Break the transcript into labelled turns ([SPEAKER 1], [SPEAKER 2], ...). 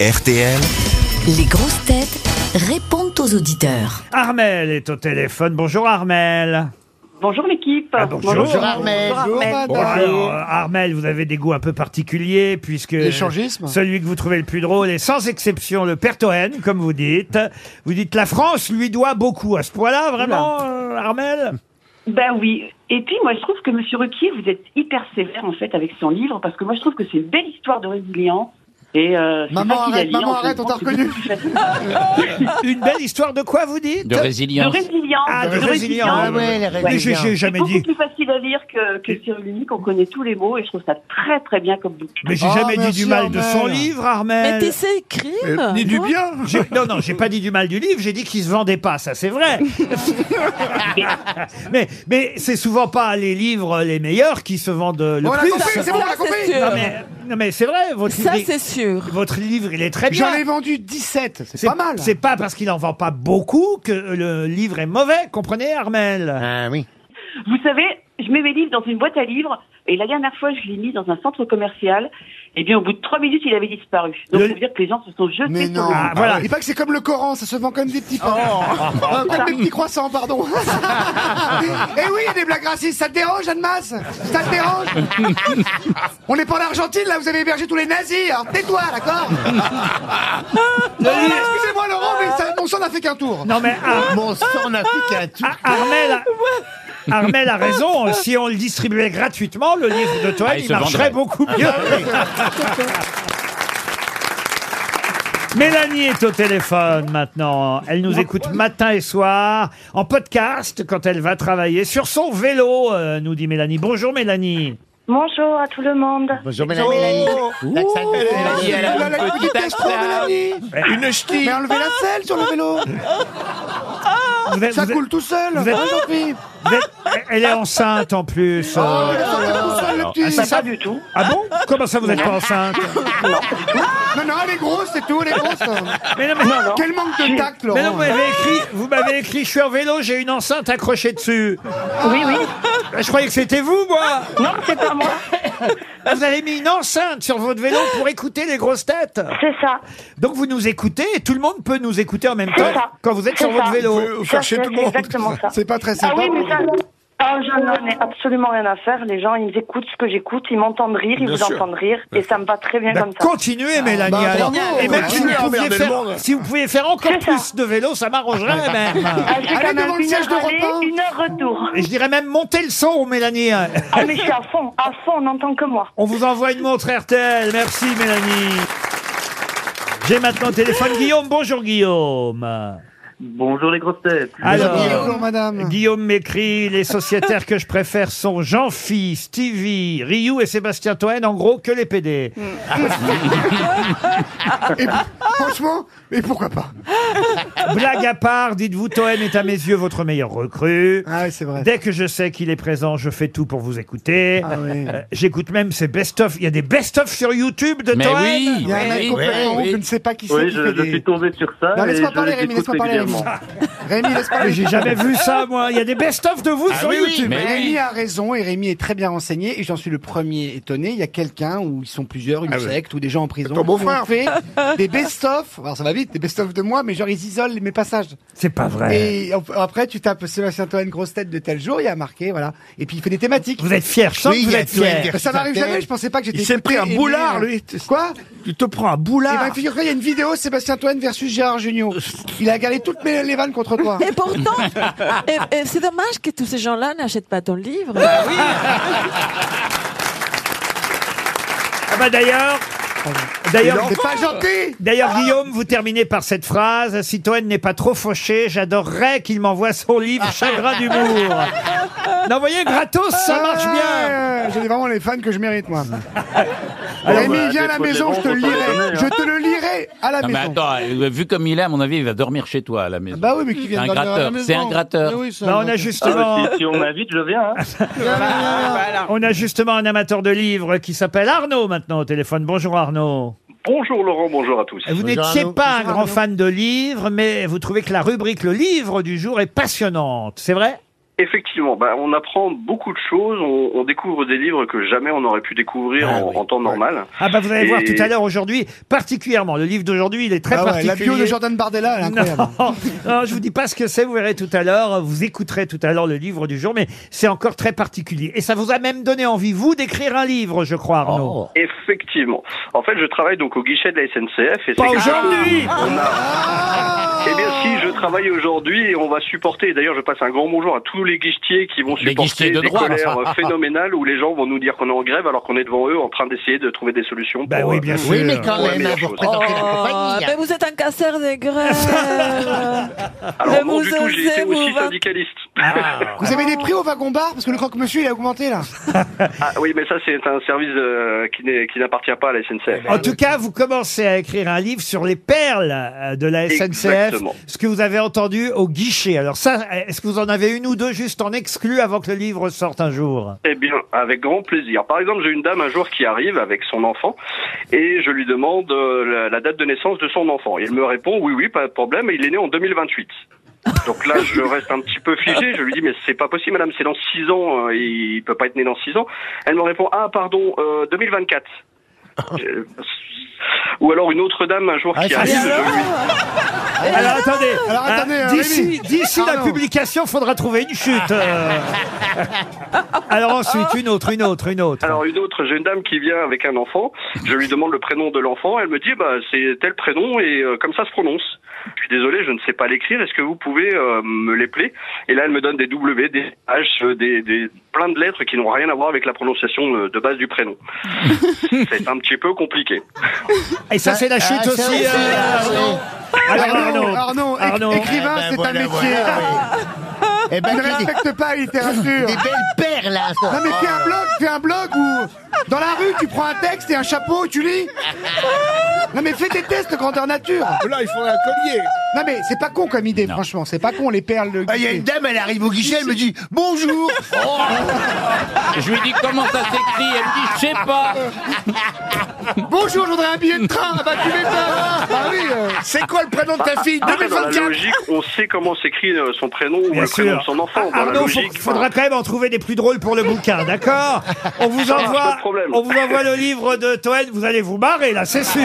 [SPEAKER 1] RTL.
[SPEAKER 2] Les grosses têtes répondent aux auditeurs.
[SPEAKER 3] Armel est au téléphone. Bonjour Armel.
[SPEAKER 4] Bonjour l'équipe.
[SPEAKER 3] bonjour. Bonjour,
[SPEAKER 5] Armel. Ah, Bonjour,
[SPEAKER 3] Alors, euh, Armel, vous avez des goûts un peu particuliers puisque
[SPEAKER 5] L'échangisme.
[SPEAKER 3] celui que vous trouvez le plus drôle est sans exception le Père Toen, comme vous dites. Vous dites la France lui doit beaucoup à ce point-là, vraiment, euh, Armel.
[SPEAKER 4] Ben oui. Et puis moi je trouve que Monsieur Ruquier, vous êtes hyper sévère en fait avec son livre parce que moi je trouve que c'est une belle histoire de résilience. Et euh, c'est
[SPEAKER 5] Maman,
[SPEAKER 4] facile à
[SPEAKER 5] arrête,
[SPEAKER 4] lire,
[SPEAKER 5] maman,
[SPEAKER 4] en fait,
[SPEAKER 5] arrête, on t'a
[SPEAKER 4] c'est
[SPEAKER 5] reconnu.
[SPEAKER 4] beaucoup plus facile.
[SPEAKER 3] Une belle histoire de quoi vous dites
[SPEAKER 6] De
[SPEAKER 4] De
[SPEAKER 6] résilience.
[SPEAKER 4] résilience.
[SPEAKER 3] Ah, de résilience.
[SPEAKER 5] Ah ouais, les
[SPEAKER 3] Mais j'ai- j'ai jamais
[SPEAKER 5] Résilience.
[SPEAKER 4] C'est beaucoup
[SPEAKER 3] dit.
[SPEAKER 4] plus facile à lire que, que Cyrulnik, on connaît tous les mots et je trouve ça très très bien comme bouquin.
[SPEAKER 3] Mais j'ai
[SPEAKER 5] Ah,
[SPEAKER 3] jamais dit
[SPEAKER 5] merci,
[SPEAKER 3] du mal de son
[SPEAKER 5] Armel.
[SPEAKER 3] livre, Armel.
[SPEAKER 7] Mais t'essaies écrire
[SPEAKER 5] Euh, Ni du bien.
[SPEAKER 3] J'ai- Non, non, j'ai pas dit du mal du livre, j'ai dit qu'il se vendait pas, ça c'est vrai. mais mais c'est souvent pas les livres les meilleurs qui se vendent le
[SPEAKER 5] On l'a
[SPEAKER 3] plus.
[SPEAKER 5] compris, c'est bon, on l'a
[SPEAKER 7] Ça,
[SPEAKER 5] compris.
[SPEAKER 7] c'est sûr.
[SPEAKER 3] Non mais, non, mais c'est vrai, votre,
[SPEAKER 7] Ça,
[SPEAKER 3] livre,
[SPEAKER 7] c'est sûr.
[SPEAKER 3] votre livre il est très bien.
[SPEAKER 5] J'en ai vendu 17, c'est
[SPEAKER 3] C'est
[SPEAKER 5] pas mal.
[SPEAKER 3] C'est pas parce qu'il en vend pas beaucoup que le livre est mauvais, comprenez Armel
[SPEAKER 5] Ah oui.
[SPEAKER 4] Vous savez, je mets mes livres dans une boîte à livres et la dernière fois, je l'ai mis dans un centre commercial. Et bien, au bout de trois minutes, il avait disparu. Donc,
[SPEAKER 3] Le-
[SPEAKER 4] ça veut dire que les gens se sont jetés
[SPEAKER 5] Mais
[SPEAKER 4] sur
[SPEAKER 5] non.
[SPEAKER 4] le
[SPEAKER 3] Ah, voilà.
[SPEAKER 5] Il paraît que c'est comme le Coran, ça se vend comme des petits pains. Euh, comme des petits croissants, pardon. Eh oui, il y a des blagues racistes, ça te dérange, Anne Mas Ça te dérange On n'est pas en Argentine, là, vous avez hébergé tous les nazis, alors tais-toi, d'accord Ah, Excusez-moi, Laurent, mais ça, mon sang n'a fait qu'un tour.
[SPEAKER 3] Non mais Ar-
[SPEAKER 5] Mon sang n'a fait qu'un tour.
[SPEAKER 3] Ar- Armel a... Armel a raison, hein. si on le distribuait gratuitement, le livre de Toine,
[SPEAKER 6] Ah, bah il
[SPEAKER 3] il,
[SPEAKER 6] se
[SPEAKER 3] marcherait
[SPEAKER 6] vendrait.
[SPEAKER 3] beaucoup mieux. Mélanie est au téléphone maintenant. Elle nous écoute matin et soir, en podcast, quand elle va travailler, sur son vélo, euh, nous dit Mélanie. Bonjour Mélanie.
[SPEAKER 8] Bonjour à tout le monde.
[SPEAKER 5] Bonjour, Mélanie. Ah,
[SPEAKER 6] Mélanie, elle a une petite accent.
[SPEAKER 5] Une ch'ti. Mais enlevez la selle sur le vélo.
[SPEAKER 3] Vous êtes-
[SPEAKER 5] Ça
[SPEAKER 3] vous êtes-
[SPEAKER 5] coule tout seul.
[SPEAKER 3] vous êtes-
[SPEAKER 5] Ah, j'en prie.
[SPEAKER 3] vous êtes- elle est enceinte en plus. euh.
[SPEAKER 5] Oh, il est sorti tout seul, le petit.
[SPEAKER 3] c'est ça
[SPEAKER 4] Pas du tout.
[SPEAKER 3] Ah bon Comment ça vous êtes pas enceinte
[SPEAKER 5] Non, non, elle est grosse, c'est tout, elle est grosse.
[SPEAKER 3] Mais non, mais,
[SPEAKER 5] Quel manque de tact, Laurent.
[SPEAKER 3] mais
[SPEAKER 5] hein.
[SPEAKER 3] non, vous m'avez écrit, vous m'avez écrit, je suis en vélo, j'ai une enceinte accrochée dessus. Bah,
[SPEAKER 4] Oui, oui.
[SPEAKER 3] Je croyais que c'était vous, moi.
[SPEAKER 4] Non, c'est pas moi.
[SPEAKER 3] Vous avez mis une enceinte sur votre vélo pour écouter les grosses têtes.
[SPEAKER 8] C'est ça.
[SPEAKER 3] Donc vous nous écoutez et tout le monde peut nous écouter en même
[SPEAKER 8] C'est
[SPEAKER 3] temps
[SPEAKER 8] ça.
[SPEAKER 3] quand vous êtes
[SPEAKER 8] C'est
[SPEAKER 3] sur votre
[SPEAKER 8] ça.
[SPEAKER 3] vélo.
[SPEAKER 8] Ça, c'est exactement ça.
[SPEAKER 5] C'est pas très
[SPEAKER 8] Ah
[SPEAKER 5] sympa.
[SPEAKER 8] oui, mais ça. Ah, je n'en ai absolument rien à faire. Les gens, ils écoutent ce que j'écoute, ils m'entendent rire, ils vous entendent rire, et ça me va très bien
[SPEAKER 3] Bah,
[SPEAKER 8] comme ça.
[SPEAKER 3] continuez, Mélanie.
[SPEAKER 5] bah,
[SPEAKER 3] alors.
[SPEAKER 5] bravo,
[SPEAKER 3] et même si vous,
[SPEAKER 5] continuez à
[SPEAKER 3] pouviez
[SPEAKER 5] emmerder le
[SPEAKER 3] faire,
[SPEAKER 5] monde.
[SPEAKER 3] si vous pouviez faire encore
[SPEAKER 8] C'est ça.
[SPEAKER 3] plus de vélo, ça m'arrangerait même.
[SPEAKER 8] Ah, j'ai
[SPEAKER 5] Allez
[SPEAKER 8] quand
[SPEAKER 5] devant
[SPEAKER 8] même
[SPEAKER 5] le
[SPEAKER 8] une
[SPEAKER 5] siège
[SPEAKER 8] heure
[SPEAKER 5] d'Europe un.
[SPEAKER 8] aller, une heure retour.
[SPEAKER 3] Et je dirais même monter le son, Mélanie.
[SPEAKER 8] Ah, mais je suis à fond, à fond, on n'entend que moi.
[SPEAKER 3] On vous envoie une montre RTL. Merci, Mélanie. J'ai maintenant au téléphone Guillaume. Bonjour, Guillaume.
[SPEAKER 9] Bonjour les grosses têtes.
[SPEAKER 8] euh,
[SPEAKER 3] Alors,
[SPEAKER 5] Bonjour, madame.
[SPEAKER 3] Guillaume m'écrit les sociétaires que je préfère sont Jean-Phi, Stevie, Ryu et Sébastien Toen. En gros, que les PD.
[SPEAKER 5] Mm. Et
[SPEAKER 8] Ah.
[SPEAKER 5] franchement, mais pourquoi pas
[SPEAKER 3] Blague à part, dites-vous, Toen est à mes yeux votre meilleur recrue.
[SPEAKER 5] Ah oui, c'est vrai.
[SPEAKER 3] Dès que je sais qu'il est présent, je fais tout pour vous écouter.
[SPEAKER 5] Ah oui.
[SPEAKER 3] Euh, J'écoute même ses best-of. Il y a des best-of sur YouTube de
[SPEAKER 6] Mais
[SPEAKER 3] Toen.
[SPEAKER 6] oui,
[SPEAKER 5] Il y a un mec
[SPEAKER 6] oui,
[SPEAKER 5] complètement
[SPEAKER 6] oui,
[SPEAKER 5] ouf,
[SPEAKER 6] oui.
[SPEAKER 5] je ne sais pas qui c'est
[SPEAKER 9] Oui,
[SPEAKER 5] qui
[SPEAKER 9] je,
[SPEAKER 5] fait
[SPEAKER 9] je
[SPEAKER 5] des...
[SPEAKER 9] suis tombé sur ça.
[SPEAKER 5] Non,
[SPEAKER 9] et
[SPEAKER 5] laisse-moi
[SPEAKER 9] je
[SPEAKER 5] parler,
[SPEAKER 9] les
[SPEAKER 5] Rémi,
[SPEAKER 9] écoute
[SPEAKER 5] laisse-moi parler, Rémi.
[SPEAKER 9] régulièrement.
[SPEAKER 5] Rémi, laisse
[SPEAKER 3] Mais
[SPEAKER 5] parler.
[SPEAKER 3] J'ai jamais vu ça, moi. Il y a des best-of de vous
[SPEAKER 6] Ah
[SPEAKER 3] sur
[SPEAKER 6] oui, oui,
[SPEAKER 3] YouTube.
[SPEAKER 6] mais-
[SPEAKER 5] Rémi
[SPEAKER 6] oui.
[SPEAKER 5] a raison et Rémi est très bien renseigné et j'en suis le premier étonné. Il y a quelqu'un où ils sont plusieurs, une secte ou des gens en prison.
[SPEAKER 1] Ton beau-frère.
[SPEAKER 5] où on fait des best-of. Alors ça va vite, des best-of de moi, mais genre ils isolent mes passages.
[SPEAKER 3] C'est pas vrai.
[SPEAKER 5] Et op- après tu tapes Sébastien Toen grosse tête de tel jour, il y a marqué voilà. Et puis il fait des thématiques.
[SPEAKER 3] Vous êtes fiers, je sens
[SPEAKER 1] Oui, il
[SPEAKER 3] que vous
[SPEAKER 1] y a
[SPEAKER 3] êtes
[SPEAKER 1] Toen
[SPEAKER 3] fiers.
[SPEAKER 1] Gerhardt.
[SPEAKER 5] Ça m'arrive jamais, je pensais pas que j'étais.
[SPEAKER 1] Il s'est
[SPEAKER 5] écouté,
[SPEAKER 1] pris un
[SPEAKER 5] aimé.
[SPEAKER 1] boulard, lui.
[SPEAKER 5] Quoi
[SPEAKER 1] Tu te prends un
[SPEAKER 5] Eh
[SPEAKER 1] boulard.
[SPEAKER 5] ben, figure-toi, il y a une vidéo Sébastien Toen versus Gérard Junior. Il a galé toutes mes, les vannes contre toi.
[SPEAKER 7] Et pourtant, et- et c'est dommage que tous ces gens-là n'achètent pas ton livre.
[SPEAKER 3] Ah bah d'ailleurs, d'ailleurs,
[SPEAKER 5] C'est pas gentil
[SPEAKER 3] d'ailleurs, Guillaume, vous terminez par cette phrase. Si Toen n'est pas trop fauché, j'adorerais qu'il m'envoie son livre Chagrin d'humour. Non, voyez, gratos,
[SPEAKER 5] Ah.
[SPEAKER 3] ça marche bien.
[SPEAKER 5] Ouais, J'ai vraiment les fans que je mérite, moi.
[SPEAKER 9] Alors,
[SPEAKER 5] Rémi,
[SPEAKER 9] bah,
[SPEAKER 5] viens à
[SPEAKER 9] des
[SPEAKER 5] la
[SPEAKER 9] fois,
[SPEAKER 5] maison,
[SPEAKER 9] des
[SPEAKER 5] je te le
[SPEAKER 9] bons, faut pas
[SPEAKER 5] lirai.
[SPEAKER 9] les donner,
[SPEAKER 5] Je te le lirai à la
[SPEAKER 6] Non, mais
[SPEAKER 5] maison.
[SPEAKER 6] attends, euh, vu comme il est, à mon avis, il va dormir chez toi à la maison.
[SPEAKER 5] Bah oui, mais qui vient
[SPEAKER 6] un
[SPEAKER 5] de dormir à la
[SPEAKER 6] gratteur,
[SPEAKER 5] maison.
[SPEAKER 6] c'est un gratteur.
[SPEAKER 5] Mais oui, c'est un
[SPEAKER 3] Bah, on a
[SPEAKER 5] gratteur. Ah,
[SPEAKER 9] Ah, bah,
[SPEAKER 3] justement,
[SPEAKER 9] si, si on m'invite, je viens. hein.
[SPEAKER 3] on a justement un amateur de livres qui s'appelle Arnaud maintenant au téléphone. Bonjour Arnaud.
[SPEAKER 9] Bonjour Laurent, bonjour à tous.
[SPEAKER 3] Vous n'étiez pas un grand fan de livres, mais vous trouvez que la rubrique le livre du jour est passionnante, c'est vrai
[SPEAKER 9] Effectivement, bah, on apprend beaucoup de choses, on, on découvre des livres que jamais on aurait pu découvrir en, en temps normal.
[SPEAKER 3] Ah bah vous allez
[SPEAKER 9] Et-
[SPEAKER 3] voir tout à l'heure aujourd'hui, particulièrement, le livre d'aujourd'hui, il est très
[SPEAKER 5] Ah ouais,
[SPEAKER 3] particulier.
[SPEAKER 5] la bio de Jordan Bardella, elle est incroyable.
[SPEAKER 3] Non, non, je vous dis pas ce que c'est, vous verrez tout à l'heure, vous écouterez tout à l'heure le livre du jour, mais c'est encore très particulier. Et ça vous a même donné envie, vous, d'écrire un livre, je crois,
[SPEAKER 6] Oh.
[SPEAKER 3] Arnaud.
[SPEAKER 9] Effectivement. En fait, je travaille donc au guichet de la SNCF. Et
[SPEAKER 3] Pas
[SPEAKER 9] c'est-
[SPEAKER 3] aujourd'hui
[SPEAKER 6] Ah.
[SPEAKER 9] Eh bien, si, je travaille aujourd'hui et on va supporter. D'ailleurs, je passe un grand bonjour à tous les guichetiers qui vont
[SPEAKER 1] Les guichetiers
[SPEAKER 9] supporter
[SPEAKER 1] de
[SPEAKER 9] des
[SPEAKER 1] droite.
[SPEAKER 9] colères euh, phénoménales où les gens vont nous dire qu'on est en grève alors qu'on est devant eux en train d'essayer de trouver des solutions.
[SPEAKER 3] Bah
[SPEAKER 9] pour,
[SPEAKER 3] oui,
[SPEAKER 9] euh,
[SPEAKER 3] bien sûr.
[SPEAKER 6] Oui, mais quand
[SPEAKER 9] Ouais,
[SPEAKER 6] même,
[SPEAKER 9] mais
[SPEAKER 6] hein,
[SPEAKER 9] la
[SPEAKER 6] vous
[SPEAKER 9] chose.
[SPEAKER 6] représentez la
[SPEAKER 7] Oh,
[SPEAKER 6] compagnie.
[SPEAKER 7] mais vous êtes un casseur de grève.
[SPEAKER 9] Alors, non,
[SPEAKER 7] vous
[SPEAKER 9] du tout, j'ai
[SPEAKER 7] osez
[SPEAKER 9] été
[SPEAKER 7] vous
[SPEAKER 9] aussi
[SPEAKER 7] vaincre.
[SPEAKER 9] syndicaliste.
[SPEAKER 3] Ah.
[SPEAKER 6] Ah,
[SPEAKER 5] Vous avez des prix au wagon bar parce que le croque-monsieur il a augmenté là.
[SPEAKER 9] Ah oui, mais ça, c'est un service euh, qui n'est- qui n'appartient pas à la SNCF.
[SPEAKER 6] ben
[SPEAKER 3] En tout cas, vous commencez à écrire un livre sur les perles euh, de la SNCF,
[SPEAKER 9] Exactement.
[SPEAKER 3] ce que vous avez entendu au guichet. Alors ça, est-ce que vous en avez une ou deux juste en exclu avant que le livre sorte un jour
[SPEAKER 9] Eh bien, avec grand plaisir. Par exemple, j'ai une dame un jour qui arrive avec son enfant et je lui demande euh, la, la date de naissance de son enfant. Il me répond oui, oui, pas de problème, il est né en 2028. Donc là, je reste un petit peu figé. Je lui dis mais c'est pas possible, madame, c'est dans 6 ans, euh, il peut pas être né dans 6 ans. Elle me répond ah pardon, euh, 2024. Euh, Ou alors une autre dame un jour
[SPEAKER 3] Ah,
[SPEAKER 9] qui
[SPEAKER 1] Ah, ça,
[SPEAKER 9] arrive.
[SPEAKER 1] c'est-
[SPEAKER 9] je lui-
[SPEAKER 3] Alors attendez,
[SPEAKER 5] Alors,
[SPEAKER 3] hein,
[SPEAKER 5] attendez, euh,
[SPEAKER 3] d'ici,
[SPEAKER 5] Rémi.
[SPEAKER 3] d'ici la
[SPEAKER 5] Pardon.
[SPEAKER 3] publication, faudra trouver une chute. euh. Alors ensuite, une autre, une autre, une autre.
[SPEAKER 9] Alors une autre, j'ai une dame qui vient avec un enfant, je lui demande le prénom de l'enfant, elle me dit bah c'est tel prénom et euh, comme ça se prononce. Je suis désolé, je ne sais pas l'écrire, est-ce que vous pouvez euh, me l'épeler Et là elle me donne des W, des H, euh, des, des plein de lettres qui n'ont rien à voir avec la prononciation euh, de base du prénom. c'est un petit peu compliqué.
[SPEAKER 3] Et ça, c'est la chute
[SPEAKER 6] Ah, ça,
[SPEAKER 3] aussi.
[SPEAKER 6] c'est-
[SPEAKER 3] euh, Arnaud. Alors,
[SPEAKER 5] Arnaud,
[SPEAKER 3] Arnaud.
[SPEAKER 5] Arnaud, éc-
[SPEAKER 3] Arnaud.
[SPEAKER 5] écrivain,
[SPEAKER 6] Eh ben,
[SPEAKER 5] c'est
[SPEAKER 6] voilà,
[SPEAKER 5] un métier.
[SPEAKER 6] voilà, oui. Eh ben,
[SPEAKER 5] Il ne
[SPEAKER 6] que des-
[SPEAKER 5] respecte pas la littérature.
[SPEAKER 6] des belles perles, hein, ça.
[SPEAKER 5] Non mais fais un blog, fais un blog où dans la rue tu prends un texte et un chapeau et tu lis. Non mais fais des tests de grandeur nature.
[SPEAKER 10] Là, il faudrait un collier.
[SPEAKER 5] Non mais c'est pas con comme idée franchement, c'est pas con les perles. de-
[SPEAKER 10] Ah, Il y a une dame, elle arrive au guichet, elle me dit bonjour.
[SPEAKER 1] Je lui dis comment ça s'écrit, elle me dit je sais pas.
[SPEAKER 5] Bonjour, je voudrais un billet de train. Ah bah tu m'étonnes.
[SPEAKER 9] Ah
[SPEAKER 5] Bah oui. euh.
[SPEAKER 10] C'est quoi le prénom de ta fille
[SPEAKER 5] Ah,
[SPEAKER 9] Après, Ah, dans la
[SPEAKER 10] 2024
[SPEAKER 9] logique, on sait comment s'écrit euh, son prénom ou
[SPEAKER 3] Bien
[SPEAKER 9] le prénom
[SPEAKER 3] sûr. Ah,
[SPEAKER 9] de son enfant. Dans la
[SPEAKER 3] Arnaud, faut-
[SPEAKER 9] logique, enfin,
[SPEAKER 3] faudra quand même en trouver des plus drôles pour le bouquin, d'accord On vous
[SPEAKER 9] marche, pas
[SPEAKER 3] envoie,
[SPEAKER 9] de problème.
[SPEAKER 3] on vous envoie le livre de Toen. Vous allez vous marrer là, c'est sûr.